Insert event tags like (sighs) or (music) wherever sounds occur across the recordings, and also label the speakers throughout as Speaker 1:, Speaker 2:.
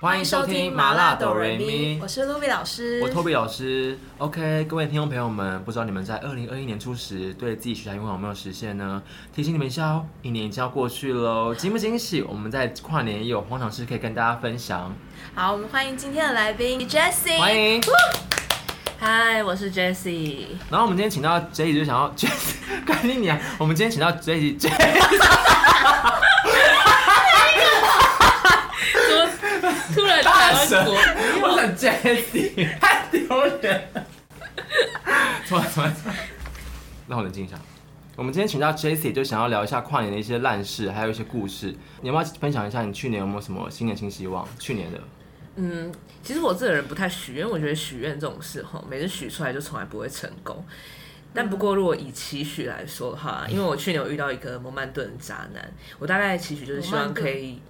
Speaker 1: 欢迎收听麻辣哆瑞咪
Speaker 2: 我是露比老师，
Speaker 1: 我 Toby 老师，OK，各位听众朋友们，不知道你们在二零二一年初时对自己学的英文有没有实现呢？提醒你们一下哦，一年已经要过去喽，惊不惊喜？我们在跨年也有荒唐事可以跟大家分享，
Speaker 2: 好，我们欢迎今天的来宾 Jessie，
Speaker 1: 欢。迎。
Speaker 3: 嗨，我是 Jessie。
Speaker 1: 然后我们今天请到 J 就想要 J，干 (laughs) 你娘！我们今天请到 J J，
Speaker 3: 突然
Speaker 1: 大
Speaker 3: 想
Speaker 1: 神
Speaker 3: 要国，
Speaker 1: 我想 J，太丢人了。错了错了错了，让我冷静一下。我们今天请到 Jessie，就想要聊一下跨年的一些烂事，还有一些故事。你要不要分享一下你去年有没有什么新年新希望？去年的
Speaker 3: 嗯，其实我这个人不太许愿，我觉得许愿这种事哈，每次许出来就从来不会成功。但不过，如果以期许来说的话，因为我去年有遇到一个摩曼顿渣男，我大概期许就是希望可以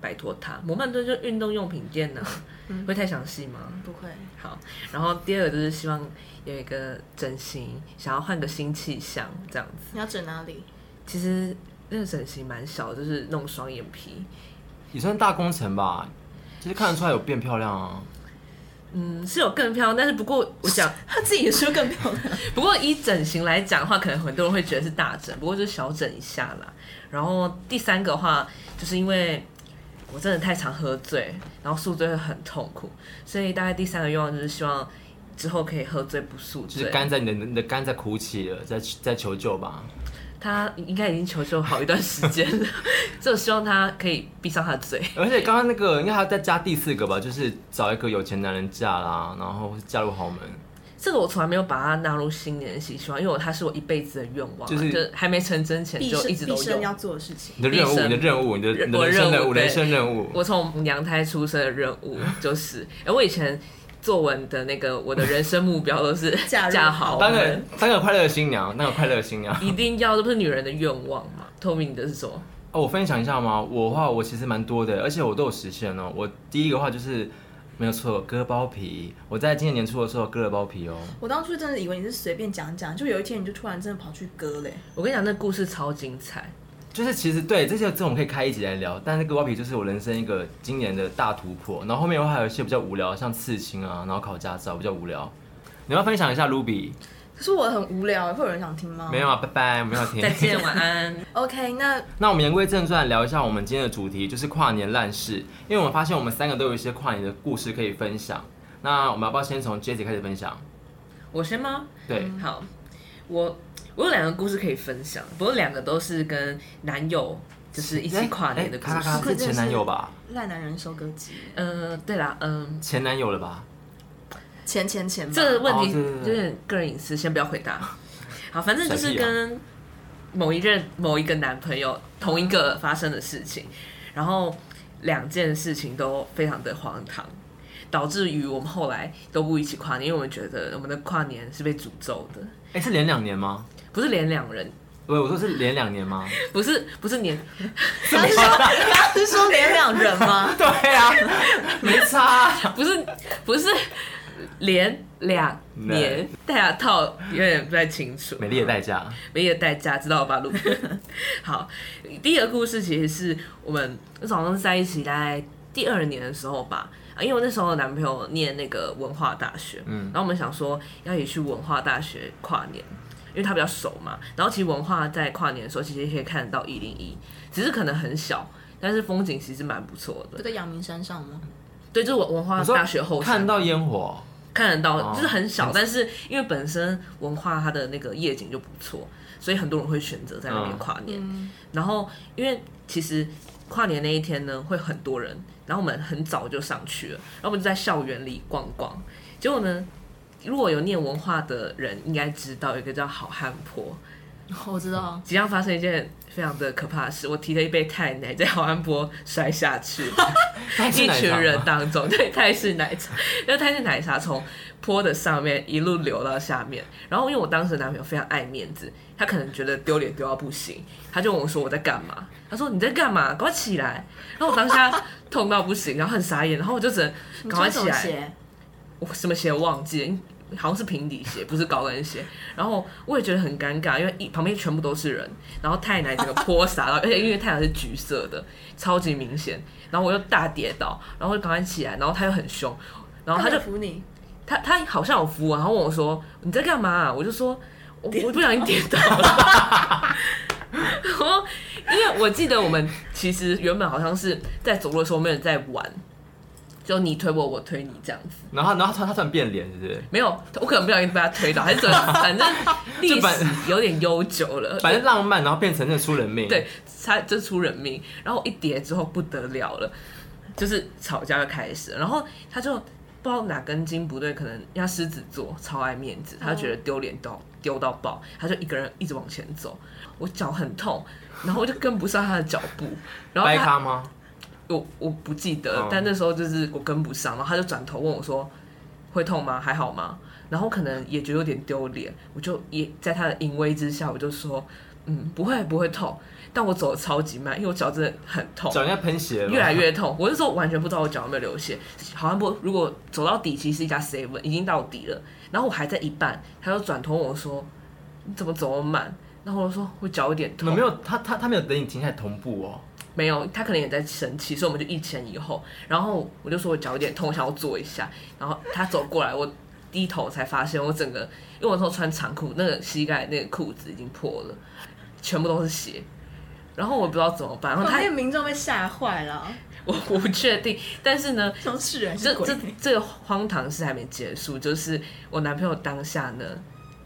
Speaker 3: 摆脱他。摩曼顿就运动用品店呢、会太详细吗？
Speaker 2: 不会，
Speaker 3: 好，然后第二个就是希望有一个整形，想要换个新气象这样子。
Speaker 2: 你要指哪里？
Speaker 3: 其实那个整形蛮小的，就是弄双眼皮，
Speaker 1: 也算大工程吧，其实看得出来有变漂亮啊。
Speaker 3: 嗯，是有更漂亮，但是不过我想，
Speaker 2: 他自己也说更漂亮。
Speaker 3: 不过以整形来讲的话，可能很多人会觉得是大整，不过就是小整一下啦。然后第三个的话，就是因为我真的太常喝醉，然后宿醉会很痛苦，所以大概第三个愿望就是希望之后可以喝醉不宿
Speaker 1: 就是
Speaker 3: 醉。
Speaker 1: 肝在你的你的肝在哭泣了，在在求救吧。
Speaker 3: 他应该已经求救好一段时间了， (laughs) 就希望他可以闭上他的嘴。
Speaker 1: 而且刚刚那个应该还要再加第四个吧，就是找一个有钱男人嫁啦，然后嫁入豪门。
Speaker 3: 这个我从来没有把它纳入新年新希望，啊因为我它是我一辈子的愿望，啊
Speaker 1: 就是
Speaker 3: 还没成真前
Speaker 2: (laughs) 毕
Speaker 3: 就
Speaker 2: 生
Speaker 3: 一直都
Speaker 2: 毕生
Speaker 3: 有
Speaker 2: 要。做的事情。
Speaker 1: 你的任务，
Speaker 3: 毕
Speaker 1: 你
Speaker 3: 生
Speaker 1: 的任务，你的你的
Speaker 3: 我
Speaker 1: 人生任务，
Speaker 3: 任务对
Speaker 1: 人生任务。
Speaker 3: 我从娘胎出生的任务就是， (laughs) 哎、我以前作文的那个我的人生目标都是
Speaker 2: (laughs) 嫁入
Speaker 3: 好
Speaker 1: 当个
Speaker 3: 人，
Speaker 1: 当个快乐的新娘，当个快乐的新娘。
Speaker 3: 一定要，这不是女人的愿望嘛？透明的是什么？
Speaker 1: 哦，我分享一下吗？我的话，我其实蛮多的，而且我都有实现哦。我第一个话就是没有错，割包皮。我在今年年初的时候割了包皮哦。
Speaker 2: 我当初真的以为你是随便讲讲，就有一天你就突然真的跑去割嘞。
Speaker 3: 我跟你讲，那故事超
Speaker 1: (laughs)
Speaker 3: 精彩，
Speaker 1: 就是其实对这些这我们可以开一集来聊，但是割包皮就是我人生一个今年的大突破。然后后面的话还有一些比较无聊，像刺青啊，然后考驾照比较无聊。你要不要分享一下 Ruby？、
Speaker 2: 可是我很无聊，欸会有人想听吗？
Speaker 1: 没有啊，拜拜，我们要听。
Speaker 3: 哦再见，晚安。
Speaker 2: OK，那
Speaker 1: 那我们言归正传，聊一下我们今天的主题，就是跨年烂事。因为我们发现我们三个都有一些跨年的故事可以分享。那我们要不要先从 Jessie 开始分享？
Speaker 3: 我先吗？
Speaker 1: 对，
Speaker 3: 好，我我有两个故事可以分享，不过两个都是跟男友就是一起跨年的故
Speaker 1: 哎哎咔咔咔
Speaker 3: 事。
Speaker 1: 是前男友吧？
Speaker 2: 烂男人收割机，
Speaker 3: 嗯、对啦，嗯、
Speaker 1: 前男友了吧？
Speaker 2: 钱钱钱吧。
Speaker 3: 这个问
Speaker 1: 哦对
Speaker 3: 题
Speaker 1: 对对
Speaker 3: 有点个人隐私，先不要回答。好，反正就是
Speaker 1: 甩屁啊
Speaker 3: 跟某一任某一个男朋友同一个发生的事情，然后两件事情都非常的荒唐，导致于我们后来都不一起跨年，因为我们觉得我们的跨年是被诅咒的，
Speaker 1: 哎、是连两年吗？
Speaker 3: 不是连两人，
Speaker 1: 喂，我说是连两年
Speaker 3: (laughs)
Speaker 1: 吗？
Speaker 3: 不是不是连，
Speaker 2: 他是说他是说连两人吗？ (laughs)
Speaker 1: 对啊，没差、
Speaker 3: 不是不是连两
Speaker 1: (laughs)
Speaker 3: 年，戴牙套有点不太清楚，
Speaker 1: 美丽的代价，
Speaker 3: 没有代价，知道吧，路？ (laughs) 好，第一个故事其实是我们那时候好像是在一起大概第二年的时候吧，啊，因为我那时候的男朋友念那个文化大学，
Speaker 1: 嗯
Speaker 3: 嗯，然后我们想说要一起去文化大学跨年，因为他比较熟嘛。然后其实文化在跨年的时候，其实也可以看得到一零一，只是可能很小，但是风景其实蛮不错
Speaker 2: 不
Speaker 3: 的。
Speaker 2: 在阳明山上吗？
Speaker 3: 对，就是文文化
Speaker 1: 你说
Speaker 3: 大学后山
Speaker 1: 看到烟火，
Speaker 3: 看得
Speaker 1: 哦
Speaker 3: 到，就是很小，但是因为本身文化它的那个夜景就不错，所以很多人会选择在那
Speaker 1: 嗯
Speaker 3: 边跨年。然后因为其实跨年那一天呢，会很多人，然后我们很早就上去了，然后我们就在校园里逛逛。结果呢，如果有念文化的人应该知道，有一个叫好汉坡，
Speaker 2: 哦我知道。
Speaker 3: (laughs) 即将发生一件非常的可怕的事，我提了一杯太奶在好汉坡摔下去。 (laughs)
Speaker 1: 一
Speaker 3: 一群人啊当中，对泰式奶茶，因为泰式奶茶从坡的上面一路流到下面。然后因为我当时男朋友非常爱面子，他可能觉得丢脸丢到不行，他就问我说我在干嘛？他说你在干嘛？赶快起来！然后我当下痛到不行，然后很傻眼，然后我就只能赶快起
Speaker 2: 你穿什么
Speaker 3: 来。
Speaker 2: 鞋
Speaker 3: 我什么鞋忘记了，好像是平底鞋，不是高跟鞋。然后我也觉得很尴尬，因为一旁边全部都是人，然后太奶整个泼洒到，而 (laughs) 且因为太阳是橘色的，超级明显。然后我又大跌倒，然后我就赶快起来，然后他又很凶，然后他就
Speaker 2: 有扶你，
Speaker 3: 他他好像有扶我，然后问我说你在干嘛、我就说我我不小心跌倒了。 (laughs) 然后因为我记得我们其实原本好像是在走路的时候没有在玩，就你推我，我推你这样子。
Speaker 1: 然后然后他他突然变脸，是不是？
Speaker 3: 没有，我可能不小心被他推倒，还是怎么样？反正历
Speaker 1: 本
Speaker 3: 史有点悠久了，
Speaker 1: 反正浪漫，然后变成那个出人命。
Speaker 3: 对，差就出人命。然后一叠之后不得了了，就是吵架就开始了。然后他就不知道哪根筋不对，可能因为他狮子座超爱面子，他觉得丢脸到丢到爆，他就一个人一直往前走。我脚很痛，然后我就跟不上他的脚步，然后
Speaker 1: 掰
Speaker 3: 他
Speaker 1: 咖吗？
Speaker 3: 我我不记得，
Speaker 1: 嗯
Speaker 3: 但那时候就是我跟不上，然后他就转头问我说：“会痛吗？还好吗？”然后可能也觉得有点丢脸，我就也在他的淫威之下，我就说：“嗯，不会不会痛。”但我走的超级慢，因为我脚真的很痛，
Speaker 1: 脚应该喷血了吧，
Speaker 3: 哦越来越痛。我那时候完全不知道我脚有没有流血，好像不如果走到底，其实是一家 seven 已经到底了，然后我还在一半，他就转头问我说：“你怎么走那么慢？”然后我就说：“我脚有点
Speaker 1: 你们
Speaker 3: 痛。”
Speaker 1: 没有他他他没有等你停下来同步哦。
Speaker 3: 没有，他可能也在生气，所以我们就一前一后。然后我就说我脚有点痛，我想要坐一下。然后他走过来，我低头才发现我整个，因为我那时候穿长裤，那个膝盖那个裤子已经破了，全部都是血。然后我不知道怎么办，然后
Speaker 2: 旁
Speaker 3: 他也
Speaker 2: 边民众被吓坏了， (laughs)
Speaker 3: 我我不确定，但是呢，
Speaker 2: 都是人
Speaker 3: 这
Speaker 2: 是鬼
Speaker 3: 这，这个荒唐事还没结束，就是我男朋友当下呢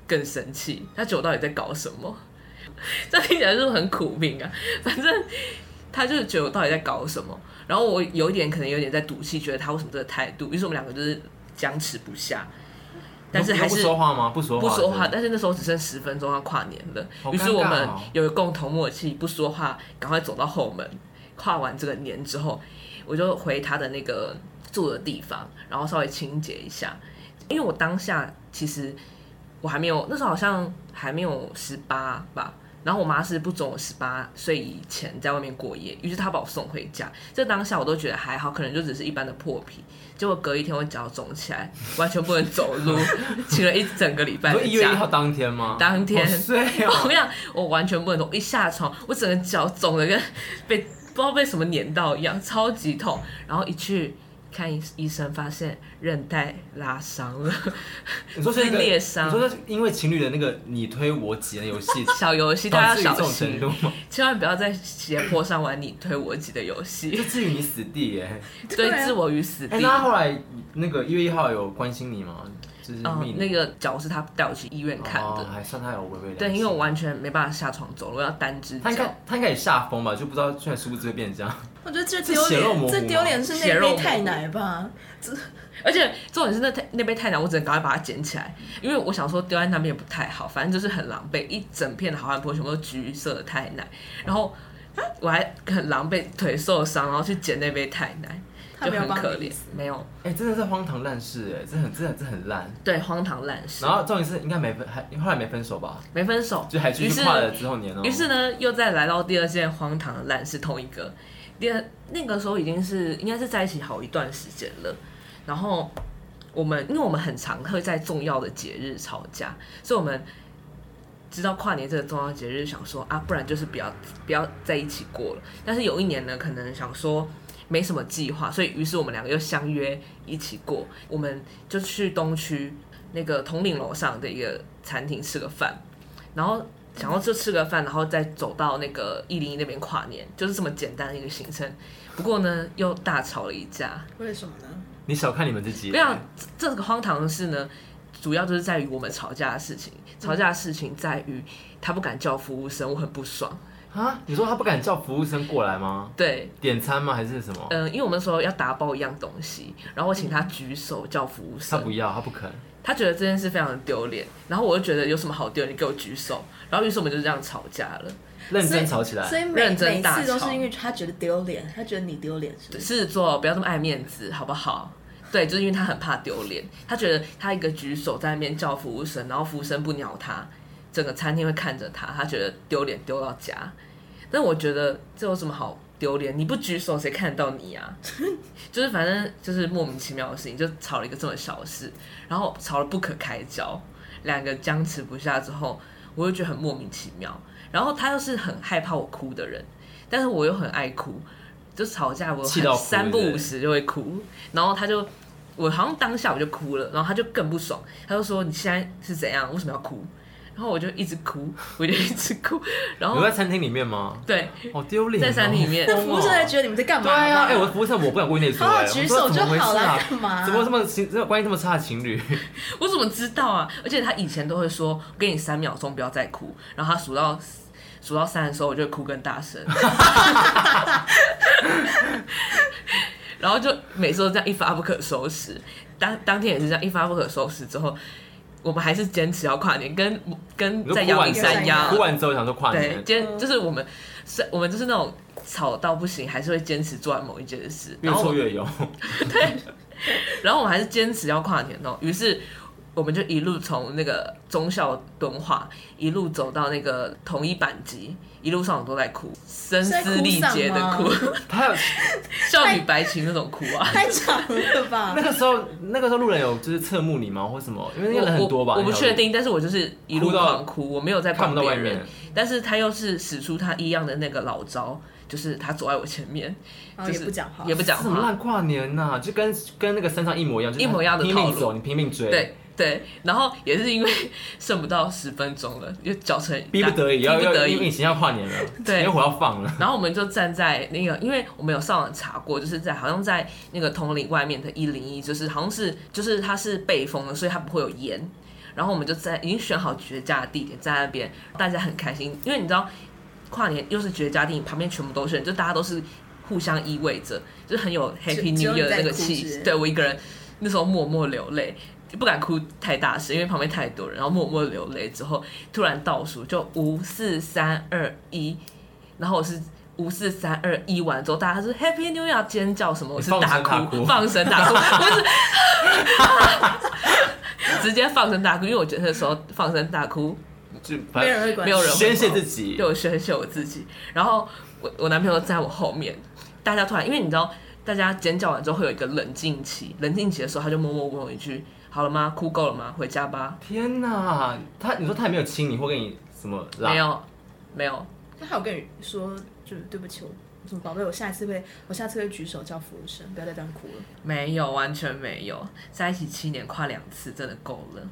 Speaker 3: 更生气，他觉得我到底在搞什么？ (laughs) 这听起来是不是很苦命啊？ (laughs) 反正他就是觉得我到底在搞什么，然后我有一点可能有点在赌气，觉得他为什么这个态度，于是我们两个就是僵持不下，但是
Speaker 1: 你
Speaker 3: 还
Speaker 1: 不
Speaker 3: 是
Speaker 1: 说话吗？不说话，
Speaker 3: 不说话，
Speaker 1: 是
Speaker 3: 但是那时候只剩十分钟要跨年了
Speaker 1: 好，
Speaker 3: 于是
Speaker 1: 尴尬
Speaker 3: 我们
Speaker 1: 哦
Speaker 3: 有共同默契，不说话，赶快走到后门。跨完这个年之后，我就回他的那个住的地方，然后稍微清洁一下，因为我当下其实我还没有，那时候好像还没有十八吧。然后我妈是不准我十八岁以前在外面过夜，于是她把我送回家。这当下我都觉得还好，可能就只是一般的破皮。结果隔一天我脚肿起来，完全不能走路， (laughs) 请了一整个礼
Speaker 1: 不
Speaker 3: 拜
Speaker 1: 是。
Speaker 3: 的
Speaker 1: 你说一月一
Speaker 3: 假
Speaker 1: 号。当天吗？
Speaker 3: 当天
Speaker 1: 对
Speaker 3: 我跟 (laughs)
Speaker 1: 哦，
Speaker 3: 你讲，我完全不能动，一下床我整个脚肿的跟被不知道被什么碾到一样，超级痛。然后一去看医医生，发现韧带拉伤了，
Speaker 1: 你说是一个
Speaker 3: 撕裂伤
Speaker 1: 你说是因为情侣的那个你推我挤的游戏，
Speaker 3: 小游戏 (laughs) 大
Speaker 1: 导致
Speaker 3: 家
Speaker 1: 于
Speaker 3: 要
Speaker 1: 这
Speaker 3: 小
Speaker 1: 种程
Speaker 3: 心
Speaker 1: 度，吗？
Speaker 3: 千万不要在斜坡上玩你推我挤的游
Speaker 1: 就 (laughs)
Speaker 3: 戏，
Speaker 1: 置于你死地
Speaker 3: (laughs)
Speaker 1: 耶！
Speaker 3: 对
Speaker 2: 对啊
Speaker 3: 置我于死
Speaker 1: 啊哎，
Speaker 3: 地。
Speaker 1: 那他后来那个一月一号有关心你吗？就是
Speaker 3: 嗯，
Speaker 1: 命
Speaker 3: 那个脚是他带我去医院看
Speaker 1: 哦
Speaker 3: 的，
Speaker 1: 还算他有微微良
Speaker 3: 对，因为
Speaker 1: 心
Speaker 3: 我完全没办法下床走路，我要单只
Speaker 1: 他应
Speaker 3: 脚。
Speaker 1: 该他应该也吓疯吧，就不知道居然殊不知会变成这
Speaker 3: (laughs)
Speaker 1: 样。
Speaker 2: 我觉得这
Speaker 1: 这
Speaker 2: 丢
Speaker 1: 血肉模糊啊
Speaker 2: 脸，这
Speaker 1: 吗
Speaker 2: 丢脸是
Speaker 3: 血
Speaker 2: 那
Speaker 3: 肉
Speaker 2: 杯
Speaker 3: 模糊
Speaker 2: 太奶吧？
Speaker 3: 而且重点是那太那杯太奶，我只能赶快把它捡起来，因为我想说丢在那边也不太好，反正就是很狼狈，一整片的好汉坡全部都橘色的太奶，然后我还很狼狈，腿受伤，然后去捡那杯太奶，
Speaker 2: 他
Speaker 3: 就
Speaker 2: 没有
Speaker 3: 很
Speaker 2: 帮
Speaker 3: 可
Speaker 2: 你
Speaker 3: 怜，没有
Speaker 1: 哎、真的是荒唐烂事哎，这很这很这很烂。
Speaker 3: 对荒唐烂事
Speaker 1: 然，后重点是应该没分，还后来没分手吧？
Speaker 3: 没分手，
Speaker 1: 就还继
Speaker 3: 于
Speaker 1: 续
Speaker 3: 是
Speaker 1: 跨了之后年哦、
Speaker 3: 于是呢，又再来到第二件荒唐的烂事，同一个。第二那个时候已经是应该是在一起好一段时间了，然后我们因为我们很常会在重要的节日吵架，所以我们知道跨年这个重要节日，想说啊，不然就是不要不要在一起过了。但是有一年呢，可能想说没什么计划，所以于是我们两个又相约一起过，我们就去东区那个统领楼上的一个餐厅吃个饭，然后想要就吃个饭，然后再走到那个一零一那边跨年，就是这么简单的一个行程。不过呢，又大吵了一架。
Speaker 2: 为什么
Speaker 1: (laughs)
Speaker 2: 呢？
Speaker 1: 你小看你们自己，
Speaker 3: 不要这这个荒唐的事呢，主要就是在于我们吵架的事情。吵架的事情在于他不敢叫服务生，我很不爽。
Speaker 1: 啊！你说他不敢叫服务生过来吗？
Speaker 3: 对，
Speaker 1: 点餐吗？还是什么？
Speaker 3: 嗯、因为我们说要打包一样东西，然后我请他举手叫服务
Speaker 1: 他
Speaker 3: 生，
Speaker 1: 不要，他不肯。
Speaker 3: 他觉得这件事非常的丢脸，然后我就觉得有什么好丢脸，你给我举手，然后于是我们就这样吵架了。
Speaker 1: 认
Speaker 2: 所以
Speaker 1: 真吵起来
Speaker 2: 所，以每
Speaker 3: 认真
Speaker 2: 每
Speaker 3: 大
Speaker 2: 次都
Speaker 3: 吵
Speaker 2: 是因为他觉得丢脸，他觉得你丢脸是不是？
Speaker 3: 狮子座不要这么爱面子，好不好？对，就是因为他很怕丢脸，他觉得他一个举手在那边叫服务生，然后服务生不鸟他，整个餐厅会看着他，他觉得丢脸丢到家。但我觉得这有什么好丢脸，你不举手谁看得到你啊？就是反正就是莫名其妙的事情，就吵了一个这么小的事，然后吵得不可开交，两个僵持不下之后，我就觉得很莫名其妙。然后他又是很害怕我哭的人，但是我又很爱哭，就吵架我
Speaker 1: 气到
Speaker 3: 很
Speaker 1: 哭
Speaker 3: 三不
Speaker 1: 对
Speaker 3: 五时就会哭，然后他就。我好像当下我就哭了，然后他就更不爽，他就说你现在是怎样，为什么要哭？然后我就一直哭，我就一直哭，然
Speaker 1: 你
Speaker 3: 后
Speaker 1: 在餐厅里面吗？
Speaker 3: 对，
Speaker 1: 好丢脸哦，
Speaker 3: 在餐厅里面
Speaker 1: 好
Speaker 2: 服
Speaker 1: 疯哦
Speaker 2: 务生才觉得你们在干嘛
Speaker 1: 对啊，
Speaker 2: 吧
Speaker 1: 哎、我服务生我不敢过去内所、
Speaker 2: 好好
Speaker 1: 哎
Speaker 2: 举手就好了，干嘛？
Speaker 1: 我说怎么回事啊怎么这么情，这么关系这么差的情侣？
Speaker 3: 我怎么知道啊？而且他以前都会说，我给你三秒钟，不要再哭。然后他数到数到三的时候，我就会哭更大声。然后就每次都这样一发不可收拾。当当天也是这样一发不可收拾之后，我们还是坚持要跨年，跟跟
Speaker 1: 你说
Speaker 3: 在
Speaker 1: 哭
Speaker 3: 阳
Speaker 1: 完
Speaker 3: 明
Speaker 1: 之
Speaker 2: 再
Speaker 1: 后
Speaker 3: 山一样
Speaker 1: 哭。完之后想说跨
Speaker 3: 对
Speaker 1: 年，，
Speaker 3: 坚就是我们是，我们就是那种吵到不行，还是会坚持做完某一件事。
Speaker 1: 越
Speaker 3: 然后我
Speaker 1: 挫越勇。
Speaker 3: 然后我们还是坚持要跨年哦，于是我们就一路从那个忠孝敦化一路走到那个统一板级，一路上我都在哭，声嘶力竭的哭，
Speaker 1: 他有
Speaker 3: (laughs) 少女白情那种哭
Speaker 2: (laughs)
Speaker 3: 啊。
Speaker 2: 太长了
Speaker 3: (laughs)
Speaker 2: 吧
Speaker 1: 那？个时候，那个时候路人有就是侧目你吗，或什么？因为那个人
Speaker 3: 我
Speaker 1: 很多吧？
Speaker 3: 我我不
Speaker 1: 那条路
Speaker 3: 确，定，但是我就是一路
Speaker 1: 哭到
Speaker 3: 狂哭，我没有在
Speaker 1: 看
Speaker 3: 管
Speaker 1: 不到
Speaker 3: 别
Speaker 1: 外
Speaker 3: 人
Speaker 1: 面，。
Speaker 3: 但是他又是使出他一样的那个老招，就是他走在我前面，
Speaker 2: 然后
Speaker 3: 就
Speaker 2: 也
Speaker 3: 是
Speaker 2: 不讲话，
Speaker 3: 也不讲
Speaker 1: 这什么
Speaker 3: 话，
Speaker 1: 烂跨年呐、就跟跟那个山上一模一样，就是
Speaker 3: 一模一样的
Speaker 1: 拼
Speaker 3: 套
Speaker 1: 命
Speaker 3: 路
Speaker 1: 走，你拼命追，
Speaker 3: 对，对，然后也是因为 (laughs) 剩不到十分钟了，就脚程
Speaker 1: 逼不得已要
Speaker 3: 逼不
Speaker 1: 要，
Speaker 3: 得
Speaker 1: 因
Speaker 3: 已
Speaker 1: 为你形象跨年了，
Speaker 3: 对
Speaker 1: 因为火要放了，
Speaker 3: 然后我们就站在那个，因为我们有上网查过，就是在好像在那个铜陵外面的一零一，就是好像是就是它是被封的，所以它不会有烟。然后我们就在已经选好绝佳的地点，在那边大家很开心，因为你知道跨年又是绝佳地点，旁边全部都是人，就大家都是互相依偎着，就是很有 Happy
Speaker 2: 只有
Speaker 3: New
Speaker 2: 你
Speaker 3: Year 的
Speaker 2: 在
Speaker 3: 那个
Speaker 2: 哭
Speaker 3: 气
Speaker 2: 是不
Speaker 3: 息。
Speaker 2: 是
Speaker 3: 对我一个人那时候默默流泪，不敢哭太大声，因为旁边太多人，然后默默流泪之后，突然倒数就五四三二一，然后我是。五四三二一完之后，大家是 Happy New Year 尖叫什么？我是
Speaker 1: 放
Speaker 3: 大
Speaker 1: 声大
Speaker 3: 哭，
Speaker 1: 哭
Speaker 3: 放声大哭， (laughs) 我是 (laughs) 直接放声大哭，因为我觉得那时候放声大哭，
Speaker 1: 就
Speaker 2: 没
Speaker 1: 反
Speaker 2: 有人会管，
Speaker 3: 没有人会
Speaker 1: 宣泄自己
Speaker 3: 对，我宣泄我自己。然后我我男朋友在我后面，大家突然因为你知道，大家尖叫完之后会有一个冷静期，冷静期的时候他就默默问我一句：“好了吗？哭够了吗？回家吧。
Speaker 1: 天哪，他你说他也没有亲你或跟你什么”拉，
Speaker 3: 没有，没有，
Speaker 2: 那他有跟你说，就是对不起，我我说宝贝，我下一次会，我下次会举手叫服务生，不要再这样哭了。
Speaker 3: 没有，完全没有。在一起七年，跨两次真的够了，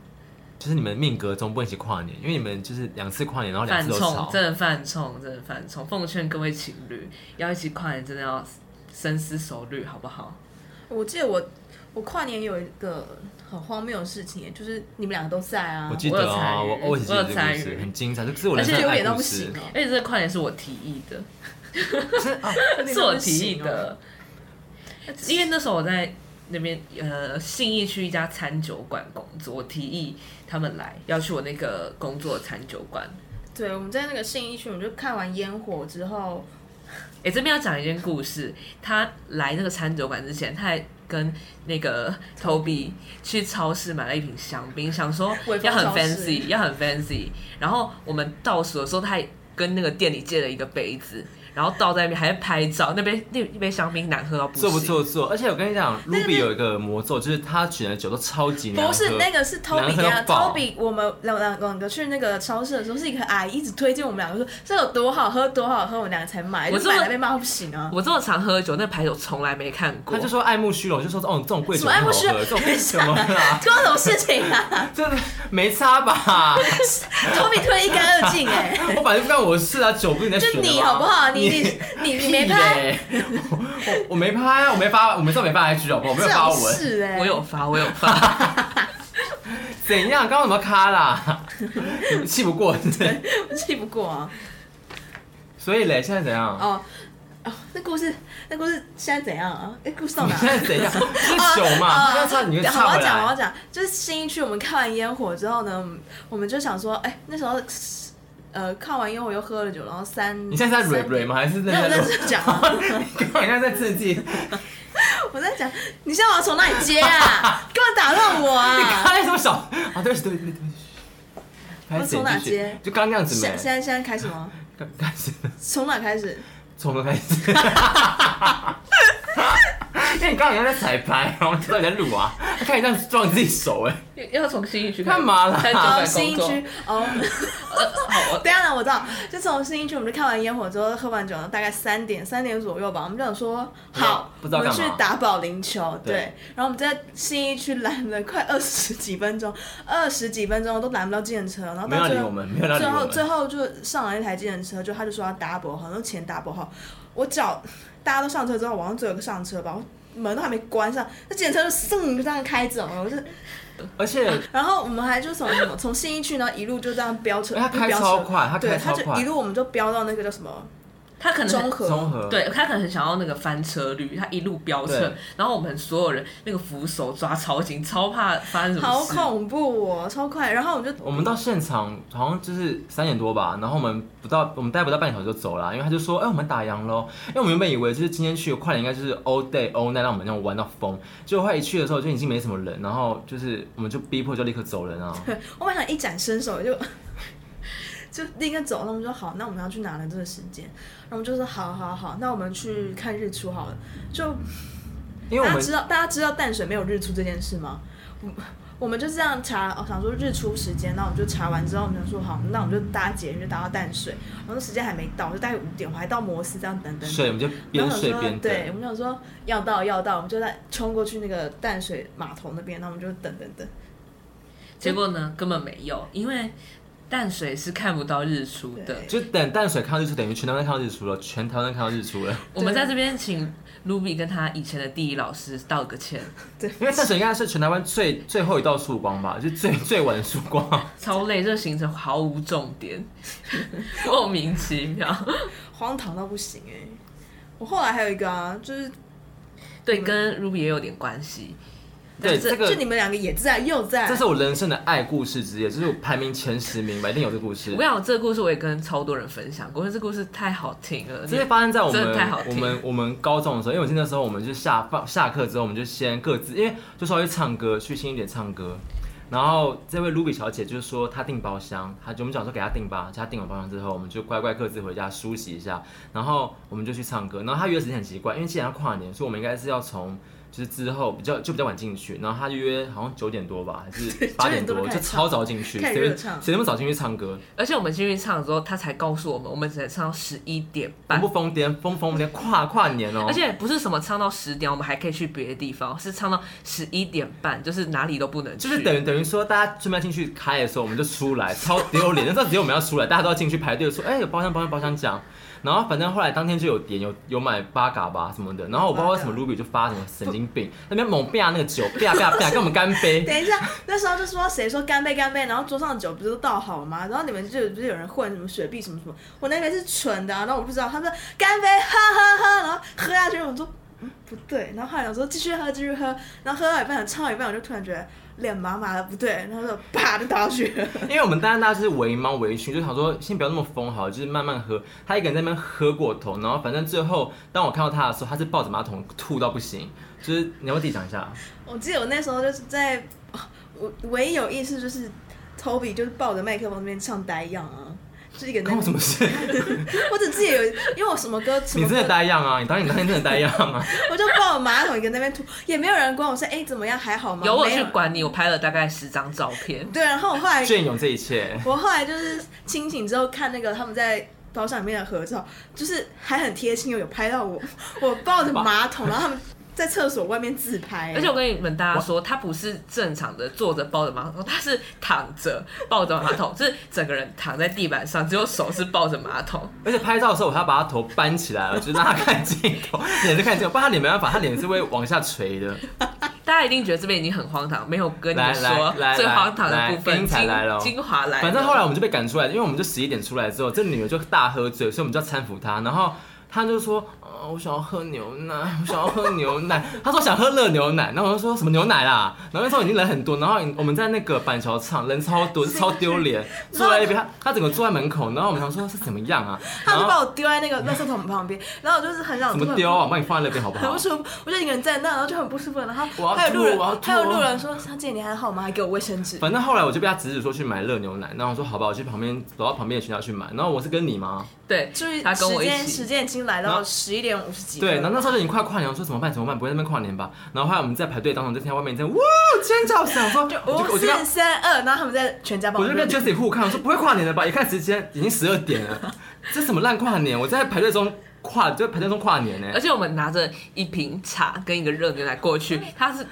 Speaker 1: 就是你们命格中不能一起跨年，因为你们就是两次跨年，然后两
Speaker 3: 犯
Speaker 1: 次都
Speaker 3: 冲，
Speaker 1: 吵，
Speaker 3: 真的犯冲，真的犯冲。奉劝各位情侣，要一起跨年，真的要深思熟虑，好不好？
Speaker 2: 我记得我我跨年有一个很荒谬的事情，就是你们两个都在啊
Speaker 1: 我，记得啊，
Speaker 3: 我有
Speaker 1: 我我
Speaker 3: 参与
Speaker 1: 也记
Speaker 3: 我有
Speaker 1: 得这个
Speaker 3: 参
Speaker 1: 故
Speaker 3: 与
Speaker 1: 事很精彩，这是我
Speaker 2: 而
Speaker 1: 人生
Speaker 2: 且
Speaker 1: 的
Speaker 2: 有
Speaker 1: 爱
Speaker 2: 点到
Speaker 1: 故
Speaker 2: 不行
Speaker 1: 事。
Speaker 2: 哦，
Speaker 3: 而且这个跨年是我提议的，
Speaker 1: 真的啊
Speaker 2: 有点
Speaker 3: (laughs) 是
Speaker 2: 到
Speaker 3: 我
Speaker 2: 不
Speaker 3: 提议
Speaker 2: 行哦
Speaker 3: 的，因为那时候我在那边呃信义区一家餐酒馆工作，我提议他们来要去我那个工作的餐酒馆。
Speaker 2: 对，我们在那个信义区，我们就看完烟火之后，
Speaker 3: 哎、这边要讲一件故事，他来那个餐酒馆之前，他还跟那个 Toby 去超市买了一瓶香槟，想说
Speaker 2: 微风
Speaker 3: 要很
Speaker 2: 超市
Speaker 3: fancy，要很 fancy。然后我们倒数的时候，他还跟那个店里借了一个杯子。然后倒在那边还在拍照，那杯那那杯香槟难喝到不行，
Speaker 1: 做不做做，而且我跟你讲
Speaker 2: 那个
Speaker 1: ，Ruby 有一个魔咒，就是他选的酒都超级难喝。
Speaker 2: 不是那个是 Toby
Speaker 1: 难喝
Speaker 2: 跟
Speaker 1: 到
Speaker 2: 他
Speaker 1: 爆
Speaker 2: Toby，我们两两两个去那个超市的时候，是一个阿姨一直推荐我们两个说这有多好喝，多好喝，我们两个才买，
Speaker 3: 我
Speaker 2: 就
Speaker 3: 这么
Speaker 2: 买了被骂到不行啊。
Speaker 3: 我这么常喝酒，那牌我从来没看过。
Speaker 1: 他就说爱慕虚荣，就说哦，这种贵
Speaker 2: 什
Speaker 1: 酒
Speaker 2: 么爱慕虚
Speaker 1: 很好
Speaker 2: 荣
Speaker 1: 喝，这种
Speaker 2: (laughs)
Speaker 1: 什么啦，
Speaker 2: 关我什么事情啊
Speaker 1: 真的没差吧？
Speaker 2: ？Toby 推得一干二净哎、
Speaker 1: (laughs) 我本来就不干我的事啊，酒不是你在选
Speaker 2: 就
Speaker 1: 的
Speaker 2: 你
Speaker 1: 吗
Speaker 2: 好不好？你你你你没拍，
Speaker 1: 屁嘞我我没拍啊，我没发，我没照没发 IG 好不好？我没有
Speaker 2: 这
Speaker 1: 发
Speaker 2: 种
Speaker 1: 文，
Speaker 2: 事哎、
Speaker 3: 我有发，我有发，
Speaker 1: 怎样？刚刚怎么卡啦？你们气不过是不是
Speaker 2: 我气不过啊。
Speaker 1: 所以嘞，现在怎样？
Speaker 2: 哦哦，那故事那故事现在怎样啊？哎、故事到
Speaker 1: 你
Speaker 2: 哪？
Speaker 1: 现在怎样？是
Speaker 2: 啊
Speaker 1: 酒嘛？
Speaker 2: 啊
Speaker 1: 不要差你就
Speaker 2: 好，
Speaker 1: 差
Speaker 2: 我要
Speaker 1: 回
Speaker 2: 讲，我要
Speaker 1: 来。
Speaker 2: 讲，就是新一区，我们看完烟火之后呢，我们就想说，哎、那时候，呃，看完烟火又喝了酒，然后三，
Speaker 1: 你现在是在蕊
Speaker 2: 三
Speaker 1: 蕊吗？还是在
Speaker 2: 没有我
Speaker 1: 在
Speaker 2: 在
Speaker 1: 录？
Speaker 2: 讲啊，
Speaker 1: 你刚刚在自己，
Speaker 2: 我在讲，你现在我要从哪里接
Speaker 1: (laughs)
Speaker 2: 啊？给我打乱我啊！
Speaker 1: 开什么小？啊，对不起，对不起，对不起。拍
Speaker 2: 我从哪
Speaker 1: 剪进去
Speaker 2: 接
Speaker 1: 就刚刚那样子
Speaker 2: 现
Speaker 1: 没
Speaker 2: 现在现在开始吗？
Speaker 1: 刚。刚是
Speaker 2: 从哪开始？
Speaker 1: 从头开始。 (laughs) 因为你刚刚好像在彩排，然后到底在录啊？看你这样撞你自己手哎、
Speaker 3: (laughs) 要要从新义区开始
Speaker 1: 干嘛啦
Speaker 3: 开始
Speaker 2: 哦，
Speaker 3: 找
Speaker 2: 新一
Speaker 3: 工
Speaker 1: (laughs)
Speaker 3: 作
Speaker 2: 区哦，
Speaker 3: 呃好，
Speaker 2: (laughs)
Speaker 3: 我
Speaker 2: 等一下呢，我知道，就从新一区，我们就看完烟火之后，喝完酒呢，大概三点三点左右吧，我们就想说好，
Speaker 1: 不知道
Speaker 2: 我们
Speaker 1: 干
Speaker 2: 去
Speaker 1: 嘛
Speaker 2: 打保龄球，对，
Speaker 1: 对
Speaker 2: 然后我们在新一区拦了快二十几分钟， (laughs) 二十几分钟都拦不到计程车，然后
Speaker 1: 没有要
Speaker 2: 到哦最
Speaker 1: 理我
Speaker 2: 后。
Speaker 1: 们，没有要理
Speaker 2: 最
Speaker 1: 我
Speaker 2: 后
Speaker 1: 们。
Speaker 2: 最后就上来一台计程车，就他就说要 double 好，那钱 double 好，我脚 (laughs) 大家都上车之后，我好像只有一个上车吧，我门都还没关上，那计程车就噌就这样开走了，我就，
Speaker 1: 而且
Speaker 2: 然后我们还就从什么从信义区，然后一路就这样飙车，
Speaker 1: 哎他开
Speaker 2: 飙车
Speaker 1: 超快他开
Speaker 2: 对，
Speaker 1: 超
Speaker 2: 他
Speaker 1: 快
Speaker 2: 就一路我们就飙到那个叫什么
Speaker 3: 他可能
Speaker 2: 中和，
Speaker 1: 综合
Speaker 3: 对他可能很想要那个翻车率，他一路飙车
Speaker 1: 对，
Speaker 3: 然后我们所有人那个扶手抓超紧，超怕发生什么
Speaker 2: 好
Speaker 3: 事。
Speaker 2: 恐怖哦，超快，然后我们就
Speaker 1: 我们到现场好像就是三点多吧，然后我们不到我们待不到半个小时就走了，因为他就说，哎、我们打烊喽。因为我们原本以为就是今天去快点应该就是 all day all night 让我们那种玩到疯，结果后来一去的时候就已经没什么人，然后就是我们就逼迫就立刻走
Speaker 2: (laughs)
Speaker 1: 人啊。
Speaker 2: 我本来想一展身手就 (laughs) 就立刻走，那我们说好，那我们要去哪呢？这个时间，然后我们就说好好好，那我们去看日出好了，就。
Speaker 1: 因为我
Speaker 2: 大家
Speaker 1: 们
Speaker 2: 知道大家知道淡水没有日出这件事吗？我我们就这样查，哦，想说日出时间，那我们就查完之后，我们就说好，那我们就搭捷运就搭到淡水，然后那时间还没到，就大概五点，我还到摩斯这样等等等。
Speaker 1: 睡，我们就
Speaker 2: 然
Speaker 1: 边
Speaker 2: 后我
Speaker 1: 睡
Speaker 2: 想说
Speaker 1: 边
Speaker 2: 对，我
Speaker 1: 等。
Speaker 2: 们想说要到要到，我们就在冲过去那个淡水码头那边，然后我们就等等等。
Speaker 3: 结果呢，根本没有，因为淡水是看不到日出的
Speaker 2: 对。
Speaker 1: 就等淡水看到日出，等于全台湾看到日出了，全台湾看到日出了。
Speaker 3: 我们在这边请 Ruby 跟他以前的地理老师道个歉，
Speaker 2: 对，
Speaker 1: 因为淡水应该是全台湾最最后一道曙光吧， (laughs) 就最最晚的曙光。 (laughs)
Speaker 3: 超累，这个行程毫无重点，莫名其妙。
Speaker 2: 荒唐到不行哎、我后来还有一个啊，就是
Speaker 3: 对，跟 Ruby 也有点关系。
Speaker 1: 对，
Speaker 2: 就
Speaker 1: 这个
Speaker 2: 就你们两个也在又在，
Speaker 1: 这是我人生的爱故事之一，就是我排名前十名吧，一定有这个故事
Speaker 3: 我。跟你讲，这个故事我也跟超多人分享过，因为这故事太好听了。
Speaker 1: 这是发生在我
Speaker 3: 真的太好
Speaker 1: 们
Speaker 3: 听
Speaker 1: 我们我们高中的时候，因为我记得那时候我们就下放下课之后，我们就先各自，因为就稍微唱歌，去新一点唱歌。然后这位 Ruby 小姐就是说她订包厢，她我们讲说给她订吧，她订完包厢之后，我们就乖乖各自回家梳洗一下，然后我们就去唱歌。然后她约的时间很奇怪，因为既然要跨年，所以我们应该是要从就是之后比较就比较晚进去，然后她就约好像九点多吧，还是八点
Speaker 2: 九点多
Speaker 1: 多，
Speaker 2: 就开
Speaker 1: 就
Speaker 2: 始
Speaker 1: 超早进去，
Speaker 2: 开始
Speaker 1: 谁
Speaker 2: 热
Speaker 1: 会
Speaker 2: 唱
Speaker 1: 谁那么早进去唱歌？
Speaker 3: 而且我们进去唱的时候，他才告诉我们，我们只能唱到十一点
Speaker 1: 我们
Speaker 3: 半
Speaker 1: 不，疯癫，疯疯癫，跨跨年哦！
Speaker 3: 而且不是什么唱到十点，我们还可以去别的地方，是唱到十一点半，就是哪里都不能去。
Speaker 1: 就是等于等于说，大家准备要进去开的时候，我们就出来， (laughs) 超丢脸。那时候只有我们要出来，大家都要进去排队说，哎、有包厢包厢包厢讲。然后反正后来当天就有点有有买八嘎吧什么的，然后我不知道为什么 Ruby 就发什么神经病，那边猛啪那个酒，啪啪啪跟我们干杯。
Speaker 2: 等一下，那时候就说谁说干杯干杯，然后桌上的酒不是都倒好了吗？然后你们就不是有人混什么雪碧什么什么，我那边是纯的、啊，然后我不知道，他说干杯，哈哈哈，然后喝下去，我说、嗯、不对，然后后来我说继续喝继续喝，然后喝到一半，唱到一半，我就突然觉得脸麻麻的不对，然后就啪就倒下去了，
Speaker 1: 因为我们当时大家就是围猫围醺，就想说先不要那么疯好了，就是慢慢喝。他一个人在那边喝过头，然后反正最后当我看到他的时候，他是抱着马桶吐到不行。就是你要不要自己讲一下？
Speaker 2: 我记得我那时候就是在，哦我唯一有意识就是 Toby 就是抱着麦克风那边唱呆样啊。就是一个人在
Speaker 1: 关
Speaker 2: 那
Speaker 1: 我什么事？ (laughs)
Speaker 2: 边，我只记得有，因为我什么歌，什
Speaker 1: 你
Speaker 2: 么
Speaker 1: 真
Speaker 2: 歌
Speaker 1: 的呆样啊！你当你当天真的呆样啊！
Speaker 2: 我就抱着马桶一个在那边吐，也没有人管我说，哎、怎么样，还好吗？
Speaker 3: 有我
Speaker 2: 没
Speaker 3: 去管你，我拍了大概十张照片。
Speaker 2: 对，然后我后来，
Speaker 1: 隽永这一切。
Speaker 2: 我后来就是清醒之后看那个他们在包厢里面的合照，就是还很贴心，有有拍到我， (laughs) 我抱着马桶，然后他们在厕所外面自拍、
Speaker 1: 哎
Speaker 3: 而且我跟你们大家说，他不是正常的坐着抱着马桶，他是躺着抱着马桶，就是整个人躺在地板上，只有手是抱着马桶。
Speaker 1: 而且拍照的时候，我还要把他头搬起来了，就是让他看镜头， (laughs) 脸是看镜头，不然他脸没办法，他脸是会往下垂的。
Speaker 3: 大家一定觉得这边已经很荒唐，没有跟你们
Speaker 1: 来
Speaker 3: 说
Speaker 1: 来来
Speaker 3: 最荒唐的部
Speaker 1: 来
Speaker 3: 分，
Speaker 1: 精彩来了
Speaker 3: 精精华
Speaker 2: 哎
Speaker 3: 来了。
Speaker 1: 反正后来我们就被赶出来，因为我们就十一点出来之后，这女的就大喝醉，所以我们就要搀扶她，然后。她就说：“呃，我想要喝牛奶，我想要喝牛奶。”她说想喝热牛奶，然后我就说什么牛奶啦。然后那时候已经人很多，然后我们在那个板桥唱，人超
Speaker 2: (laughs)
Speaker 1: 多，超丢脸。坐在一边，她她整个坐在门口，然后我们想说是怎么样啊？然
Speaker 2: 他们
Speaker 1: 后
Speaker 2: 把我丢在那个垃圾桶旁边，然后我就是很想
Speaker 1: 怎
Speaker 2: 吐 (laughs)
Speaker 1: 么丢啊？我帮你放在那边好不
Speaker 2: 很
Speaker 1: 好
Speaker 2: 不？舒服，我就一个人站那，然后就很不舒服。然
Speaker 1: 我要
Speaker 2: 后还有路人
Speaker 1: 吐我要，吐
Speaker 2: 还有路人说：“小姐你还好吗？”还给我卫生纸。
Speaker 1: 反正后来我就被他指使说去买热牛奶，然后我说好吧，我去旁边走到旁边的学校去买。然后我是跟你吗？
Speaker 3: 对，
Speaker 2: 注意
Speaker 3: 他跟
Speaker 2: 时
Speaker 3: 我一
Speaker 2: 间，时
Speaker 3: 起，
Speaker 2: 间已经来
Speaker 1: 然
Speaker 2: 到
Speaker 1: 后
Speaker 2: 十一点五十几分。
Speaker 1: 对，然后那时候就已经快跨年了，我说怎么办？怎么办？不会在那边跨年吧？然后后来我们在排队当中，就听到外面在哇尖叫声，我说
Speaker 2: 就
Speaker 1: 我就
Speaker 2: 五
Speaker 1: 我就跟
Speaker 2: 四三二，然后他们在全家帮
Speaker 1: 我
Speaker 2: 们
Speaker 1: 就跟
Speaker 2: 录
Speaker 1: Jesse 互看，我说不会跨年了吧？一看时间已经十二点了，这什么烂跨年？我在排队中跨，就在排队中跨年呢、欸
Speaker 3: 而且我们拿着一瓶茶跟一个热牛奶过去，
Speaker 1: 嗯
Speaker 3: 它是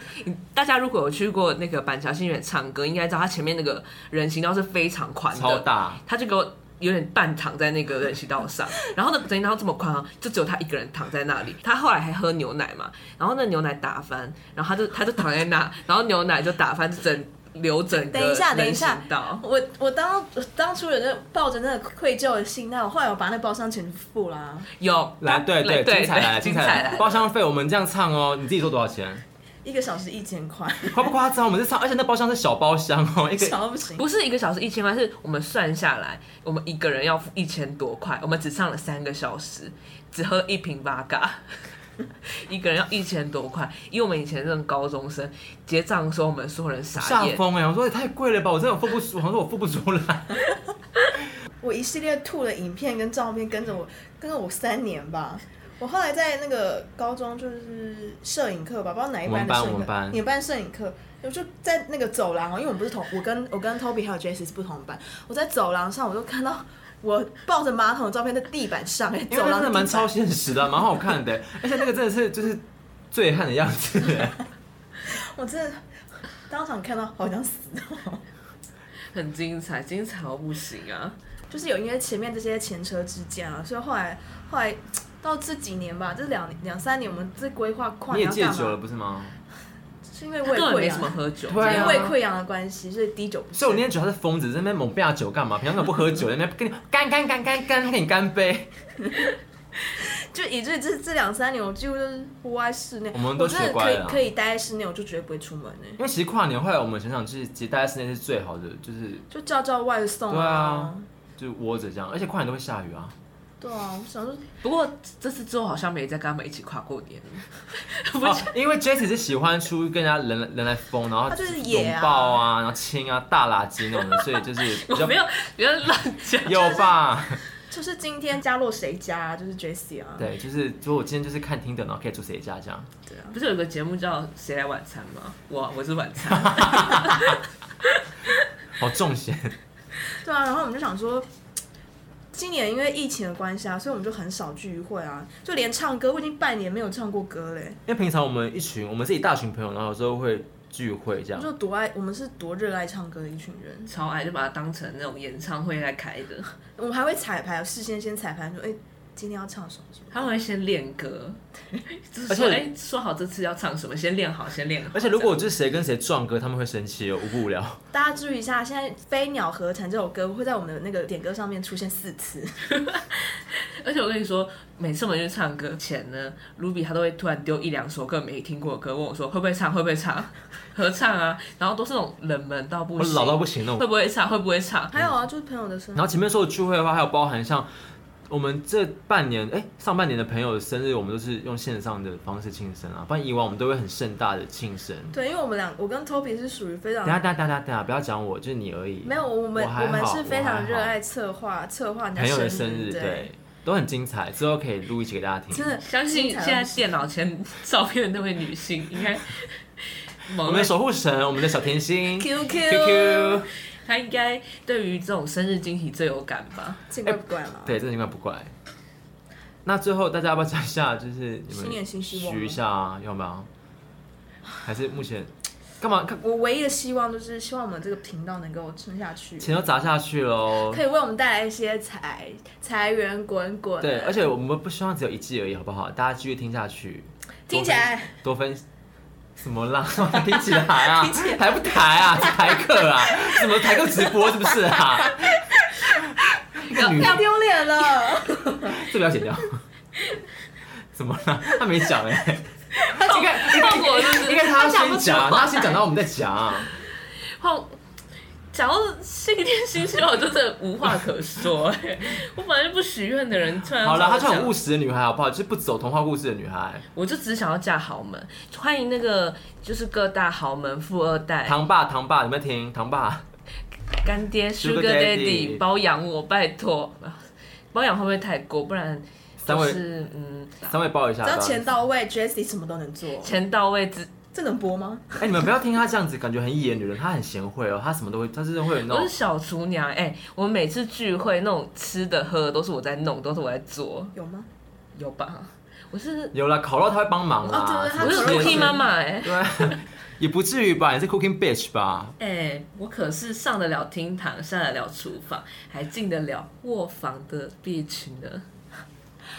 Speaker 3: 大家如果有去过那个板桥新园唱歌，应该知道它前面那个人行道是非常宽
Speaker 1: 超
Speaker 3: 的，
Speaker 1: 大。
Speaker 3: 他就给我有点半躺在那个人行道上， (laughs) 然后那个人行道这么宽啊，就只有他一个人躺在那里。他后来还喝牛奶嘛，然后那牛奶打翻，然后他就他就躺在那，然后牛奶就打翻整流整个
Speaker 2: 等一下等一
Speaker 3: 人行
Speaker 2: 下
Speaker 3: 道。
Speaker 2: 我我当我当初有那抱着那个愧疚的心，那我后来我把那包厢钱付啊啦，
Speaker 3: 有
Speaker 1: 来，对对，精彩来了，
Speaker 3: 精
Speaker 1: 精
Speaker 3: 彩
Speaker 1: 彩
Speaker 3: 来
Speaker 1: 来了！
Speaker 3: 了，
Speaker 1: 包厢费我们这样唱哦，你自己说多少 (laughs) 钱？
Speaker 2: 一个小时一千块，
Speaker 1: 夸不夸张？我们这唱，而且那包厢是小包厢哦，
Speaker 2: (laughs)
Speaker 1: 一个
Speaker 2: 少到不行。
Speaker 3: 不是一个小时一千块，是我们算下来，我们一个人要付一千多块，我们只唱了三个小时，只喝一瓶八嘎， (laughs) 一个人要一千多块。因为我们以前这种高中生结账的时候，我们所有人傻
Speaker 1: 下
Speaker 3: 眼，
Speaker 1: 风哎！我说也太贵了吧，我真的付不出，我说我付不出来。
Speaker 2: 我一系列吐的影片跟照片跟着我，跟着我三年吧。我后来在那个高中就是摄影课吧，不知道哪一班的摄
Speaker 1: 我们班
Speaker 2: 影
Speaker 1: 我们
Speaker 2: 课，
Speaker 1: 班
Speaker 2: 你们班摄影课，我就在那个走廊哦，因为我们不是同，我跟我跟 Toby 还有 Jesse 是不同班，我在走廊上我就看到我抱着马桶的照片在地板上，哎，
Speaker 1: 因为
Speaker 2: 走
Speaker 1: 真
Speaker 2: 廊
Speaker 1: 的蛮
Speaker 2: 地板
Speaker 1: 超现实的，蛮好看的，欸而且那个真的是就是醉汉的样子。欸
Speaker 2: (laughs) 我真的当场看到好想死哦。
Speaker 3: 很精彩，精彩到不行啊！
Speaker 2: 就是有因为前面这些前车之鉴啊，所以后来后来到这几年吧，这两两三年我们这规划跨
Speaker 1: 你也
Speaker 2: 年
Speaker 1: 戒
Speaker 2: 要
Speaker 1: 酒了
Speaker 2: 干嘛？
Speaker 1: 不是吗？
Speaker 2: 是因为
Speaker 3: 他
Speaker 2: 胃
Speaker 3: 根本
Speaker 2: 溃
Speaker 3: 没什么
Speaker 2: 疡，
Speaker 3: 喝酒，
Speaker 1: 对啊
Speaker 2: 因为胃溃疡的关系，所以滴酒不
Speaker 1: 所以我那天
Speaker 2: 慎。
Speaker 1: 觉得他是疯子，在那边猛吧酒干嘛？平常根本不喝酒，在那边跟你干干干干干，跟你干杯。
Speaker 2: 就以至于这这两三年，我几乎就是户外室内，
Speaker 1: 我们都
Speaker 2: 我真的
Speaker 1: 学乖
Speaker 2: 可以
Speaker 1: 了啊
Speaker 2: 可以待在室内，我就绝对不会出门呢、
Speaker 1: 因为其实跨年后来我们想想，就是其实待在室内是最好的，就是
Speaker 2: 就叫叫外送啊
Speaker 1: 就是窝着这样，而且跨年都会下
Speaker 2: (laughs)
Speaker 1: 雨啊。
Speaker 2: 对啊，我想说，
Speaker 3: 不过这次之后好像没再跟他们一起跨过年，不
Speaker 1: 哦，因为 Jesse 是喜欢出跟人家人人来疯，然后
Speaker 2: 他就是野啊
Speaker 1: 拥抱啊，然后亲啊，大垃圾那种的，所以
Speaker 2: (laughs)
Speaker 1: 就是比
Speaker 3: 我
Speaker 1: 较
Speaker 3: (laughs) 没有不要乱讲。
Speaker 1: 有吧？
Speaker 2: 就是今天家落谁家、啊，就是 Jesse 啊，
Speaker 1: 对，就是如果我今天就是看听的，然后可以住谁家这样。
Speaker 2: 对啊，
Speaker 3: 不是有个节目叫《谁来晚餐》吗？我我是晚餐，
Speaker 1: (laughs) 好 (laughs) 重险，
Speaker 2: 对啊，然后我们就想说，今年因为疫情的关系啊，所以我们就很少聚会啊，就连唱歌，我已经半年没有唱过歌嘞。
Speaker 1: 因为平常我们一群，我们是一大群朋友，然后有时候会聚会这
Speaker 2: 我
Speaker 1: 样。
Speaker 2: 就多爱，我们是多热爱唱歌的一群人，
Speaker 3: 超爱就把它当成那种演唱会来开的，
Speaker 2: 我们还会彩排，事先先彩排说，哎、今天要唱什么什么。
Speaker 3: 他们会先练歌，就是
Speaker 1: 而
Speaker 3: 说
Speaker 1: 且
Speaker 3: 哎、说好这次要唱什么，先练好，先练好。
Speaker 1: 而且如果就是谁跟谁撞歌，他们会生气哦，无不无聊。
Speaker 2: 大家注意一下，现在《飞鸟合成》这首歌会在我们的那个点歌上面出现四次，
Speaker 3: 这样而且我跟你说，每次我们去唱歌前呢，Ruby 他都会突然丢一两首歌没听过的歌，问我说会不会唱，会不会唱，合唱啊，然后都是那种冷门到不
Speaker 1: 我
Speaker 3: 行，
Speaker 1: 老到不行那
Speaker 3: 会
Speaker 1: 种。
Speaker 3: 不会唱，会不会唱，
Speaker 2: 还有啊，就是朋友的生
Speaker 1: 然后前面说的聚会的话，还有包含像我们这半年，哎、上半年的朋友的生日，我们都是用线上的方式庆生啊，不然以往我们都会很盛大的庆生。
Speaker 2: 对，因为我们两，我跟 Toby 是属于非常
Speaker 1: 等一下，等一下，等一下，等一下，不要讲我，就是你而已。
Speaker 2: 没有，我们
Speaker 1: 我还好
Speaker 2: 我们是非
Speaker 1: 我还
Speaker 2: 常
Speaker 1: 好
Speaker 2: 热爱策划策划人家
Speaker 1: 朋友的
Speaker 2: 生
Speaker 1: 生日，
Speaker 2: 对，
Speaker 1: 对，都很精彩，之后可以录一期给大家听。
Speaker 2: 真的
Speaker 3: 相信现在电脑前照片的那位女性应
Speaker 1: (laughs)
Speaker 3: 该
Speaker 1: 我
Speaker 3: 猛
Speaker 1: 们的
Speaker 3: 烈
Speaker 1: 守护神，我们的小甜心
Speaker 2: QQ
Speaker 1: QQ，
Speaker 3: 她应该对于这种生日惊喜最有感吧？
Speaker 2: 见怪不怪了。
Speaker 1: 对，真的应该不怪。那最后大家要不要讲一下，就是你
Speaker 2: 新年
Speaker 1: 们
Speaker 2: 新希望吗
Speaker 1: 许一下啊，要不要？还是目前 (sighs) 干嘛？看
Speaker 2: 我唯一的希望就是希望我们这个频道能够撑下去，
Speaker 1: 钱都砸下去喽。
Speaker 2: 可以为我们带来一些财财源滚滚。
Speaker 1: 对，而且我们不希望只有一季而已，好不好？大家继续听下去，
Speaker 2: 听起来
Speaker 1: 多分什么啦？ (laughs) 听起来啊，台不台啊？台客啊？什么台客直播是不是啊？一个女
Speaker 2: 太丢脸了，
Speaker 1: 这个要剪掉。 (laughs) 怎么了？他没讲哎、
Speaker 3: (laughs)
Speaker 1: 应该
Speaker 3: 后果就是
Speaker 1: 应该他
Speaker 3: 讲不
Speaker 1: 先
Speaker 3: 出
Speaker 1: 讲，
Speaker 3: 话
Speaker 1: 他先讲，到我们再
Speaker 3: (laughs)
Speaker 1: 讲、
Speaker 3: 后讲到新年新希望，我就真的无话可说、哎，我本来就不许愿的人，突然
Speaker 1: 好了，她
Speaker 3: 她
Speaker 1: 是很务实的女孩，好不好？就是不走童话故事的女孩。
Speaker 3: 我就只想要嫁豪门，欢迎那个就是各大豪门富二代、
Speaker 1: 唐爸，唐爸，你们听，唐爸，
Speaker 3: 干爹
Speaker 1: Sugar
Speaker 3: Sugar Daddy
Speaker 1: Daddy
Speaker 3: 包养我，拜托。包养会不会太过？不然
Speaker 1: 三
Speaker 3: 就
Speaker 1: 位
Speaker 3: 是嗯，
Speaker 1: 三位抱一下
Speaker 2: 只
Speaker 1: 吧
Speaker 2: 要。钱到位，Jessie 什么都能做。
Speaker 3: 钱到位之，
Speaker 2: 这能播吗？
Speaker 1: 哎、你们不要听她这样子，感觉很一言女人，她很贤惠哦，她什么都会，她真的会有那
Speaker 3: 我是
Speaker 1: 种。
Speaker 3: 小厨娘哎、我每次聚会那种吃的喝的都是我在弄，都是我在做，
Speaker 2: 有吗？
Speaker 3: 有吧？我是
Speaker 1: 有啦，烤肉她会帮忙啦。
Speaker 2: 哦对对她
Speaker 3: 我是
Speaker 1: 什
Speaker 2: 烤
Speaker 1: 么
Speaker 2: 肉
Speaker 1: 之类的
Speaker 3: Cookie 妈妈哎
Speaker 1: 对， (laughs) 也不至于吧？你是 cooking bitch 吧？
Speaker 3: 哎、我可是上得了厅堂，下得了厨房，还进得了卧房的 B 群呢。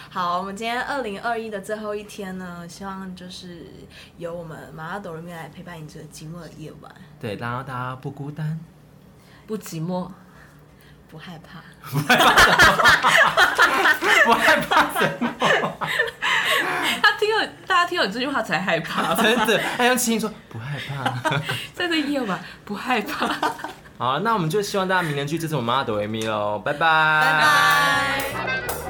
Speaker 2: 好，我们今天二零二一的最后一天呢，希望就是由我们麻辣哆瑞咪来陪伴你这个寂寞的夜晚，
Speaker 1: 对，大家大家不孤单。 (laughs)
Speaker 3: 不寂寞，
Speaker 2: 不害怕。
Speaker 3: 他听了大家听了这句话才害怕，
Speaker 1: 真 (laughs) 的，哎，用轻音说不害怕。
Speaker 3: 在这夜晚不害怕。
Speaker 1: 好，那我们就希望大家明年去支持我们阿朵维咪喽，拜拜，
Speaker 2: 拜拜。